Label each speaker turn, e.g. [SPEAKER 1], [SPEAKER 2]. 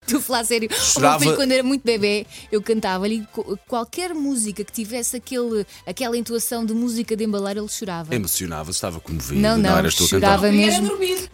[SPEAKER 1] Estou a falar a sério.
[SPEAKER 2] Chorava-
[SPEAKER 1] O meu filho, quando era muito bebê, eu cantava-lhe co- qualquer música que tivesse aquele, aquela entoação de música de embalar, ele chorava.
[SPEAKER 2] Emocionava, estava comovido.
[SPEAKER 1] Não, não,
[SPEAKER 2] eras tu a cantar.
[SPEAKER 1] chorava mesmo.
[SPEAKER 3] dormir.